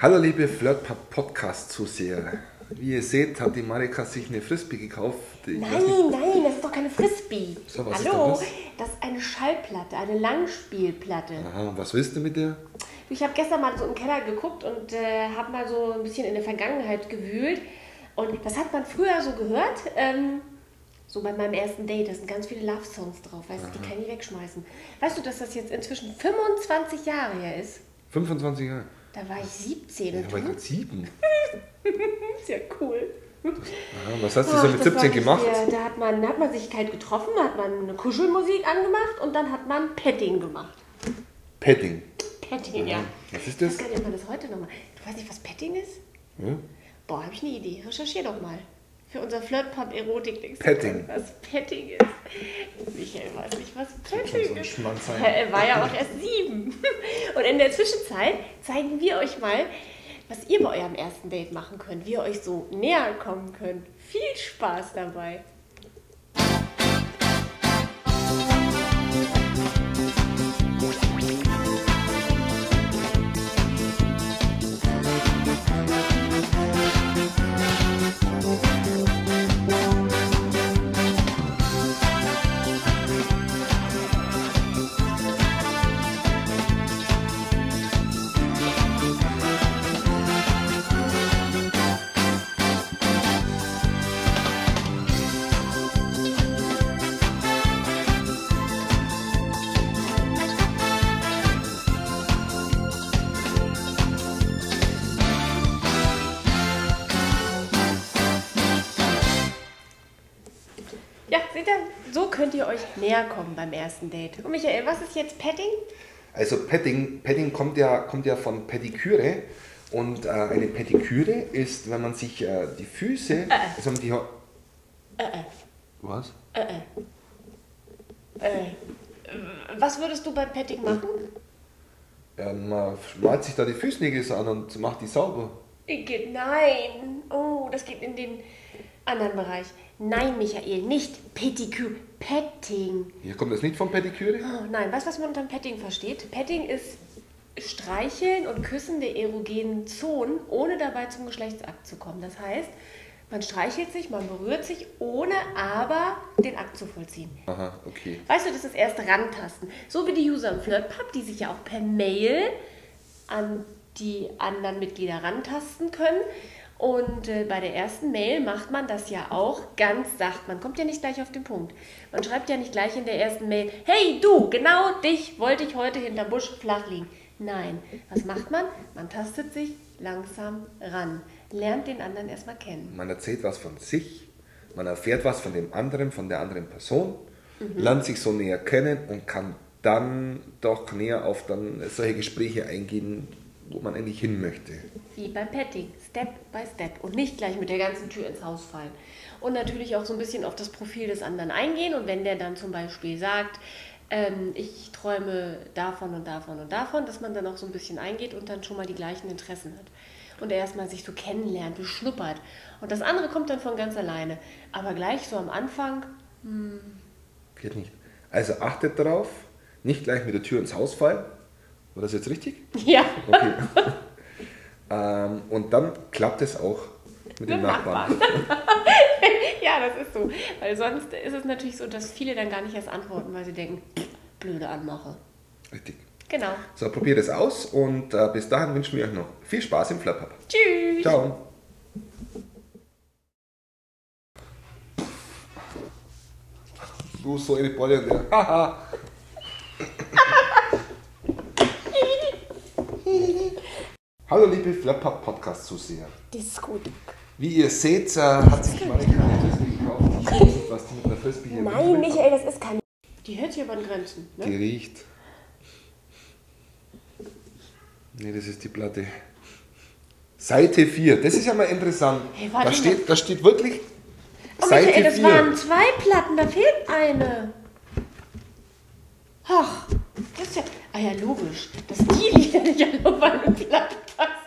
Hallo liebe Flirt-Podcast-Zuseher. Wie ihr seht, hat die Marika sich eine Frisbee gekauft. Ich weiß nicht- Nein, nein, das ist doch keine Frisbee. So, was ist Hallo, denn das? das ist eine Schallplatte, eine Langspielplatte. Aha, was willst du mit der? Du, Ich habe gestern mal so im Keller geguckt und äh, habe mal so ein bisschen in der Vergangenheit gewühlt. Und das hat man früher so gehört, ähm, so bei meinem ersten Date. Da sind ganz viele Love-Songs drauf, weißt du, die kann ich wegschmeißen. Weißt du, dass das jetzt inzwischen 25 Jahre her ist? 25 Jahre. Da war ich 17 Ja, und aber du? gerade sieben. Das ist ja cool. Aha, was hast du Ach, so mit das war 17 nicht gemacht? der- Da hat man, da hat man sich halt getroffen, da hat man eine Kuschelmusik angemacht und dann hat man Petting gemacht. Petting. Petting, ja. Was ist Ich das? weiß gar nicht, ob man das heute noch mal. Du weißt nicht, was Petting ist? Ja? Boah, habe ich eine Idee. Recherchier doch mal. Für unser Flirt-Pop-Erotik denkst Petting. Was Petting ist. Michael weiß nicht, was Petting so ein ist. Schmanz sein. Er war ja auch erst sieben. Und in der Zwischenzeit zeigen wir euch mal, was ihr bei eurem ersten Date machen könnt, wie ihr euch so näher kommen könnt. Viel Spaß dabei. Ja, seht ihr, so könnt ihr euch näher kommen beim ersten Date. Und Michael, was ist jetzt Petting? Also Petting, Petting kommt, ja, kommt ja von Pediküre. Und äh, eine Pediküre ist, wenn man sich äh, die Füße... Also die, Ha- was? Äh, was würdest du beim Petting machen? Ja, Ähm, man malt sich da die Füßnägel so an und macht die sauber. Igitt, Äh, nein. Oh, das geht in den anderen Bereich. Nein, Michael, nicht Pettikü, Petting. Hier kommt das nicht von Pediküre? Oh, nein, weißt du, was man unter Petting versteht? Petting ist Streicheln und Küssen der erogenen Zonen, ohne dabei zum Geschlechtsakt zu kommen. Das heißt, man streichelt sich, man berührt sich, ohne aber den Akt zu vollziehen. Aha, okay. Weißt du, das ist erst rantasten. So wie die User im Flirtpub, die sich ja auch per Mail an die anderen Mitglieder rantasten können. Und äh, bei der ersten Mail macht man das ja auch ganz sacht. Man kommt ja nicht gleich auf den Punkt. Man schreibt ja nicht gleich in der ersten Mail, hey du, genau dich wollte ich heute hinter Busch flach liegen. Nein, was macht man? Man tastet sich langsam ran, lernt den anderen erstmal kennen. Man erzählt was von sich, man erfährt was von dem anderen, von der anderen Person, lernt sich so näher kennen und kann dann doch näher auf dann solche Gespräche eingehen, wo man eigentlich hin möchte. Wie beim Petting, Step by Step und nicht gleich mit der ganzen Tür ins Haus fallen. Und natürlich auch so ein bisschen auf das Profil des anderen eingehen und wenn der dann zum Beispiel sagt, ähm, ich träume davon und davon und davon, dass man dann auch so ein bisschen eingeht und dann schon mal die gleichen Interessen hat. Und erstmal sich so kennenlernt, beschnuppert. Und das andere kommt dann von ganz alleine. Aber gleich so am Anfang, Geht nicht. Also achtet darauf, nicht gleich mit der Tür ins Haus fallen. War das jetzt richtig? ja, Okay. ähm, und dann klappt es auch mit dem Mit Nachbarn. ja, das ist so. Weil sonst ist es natürlich so, dass viele dann gar nicht erst antworten, weil sie denken, blöde Anmache. Richtig. Genau. So, probiert es aus und äh, bis dahin wünschen wir euch noch viel Spaß im Flapper. Tschüss. Ciao. Du so eine Bolle, ne? der. Haha. Hallo liebe Flapper Podcast Zuseher. Das ist gut. Wie ihr seht, äh, hat sich Marika eine Frisbee gekauft. Ich weiß nicht, was die mit der Frisbee hier Nein, nicht. Michael, das ist kein. Die hält sich aber an Grenzen. Ne? Die riecht. Nee, das ist die Platte. Seite 4, das ist ja mal interessant. Hey, warte da, mal. steht, da steht wirklich Oh, Seite Michael, das 4. waren zwei Platten, da fehlt eine. Ach, das ist ja. Ah ja, logisch, dass die Lieder nicht alle auf eine Platte passen.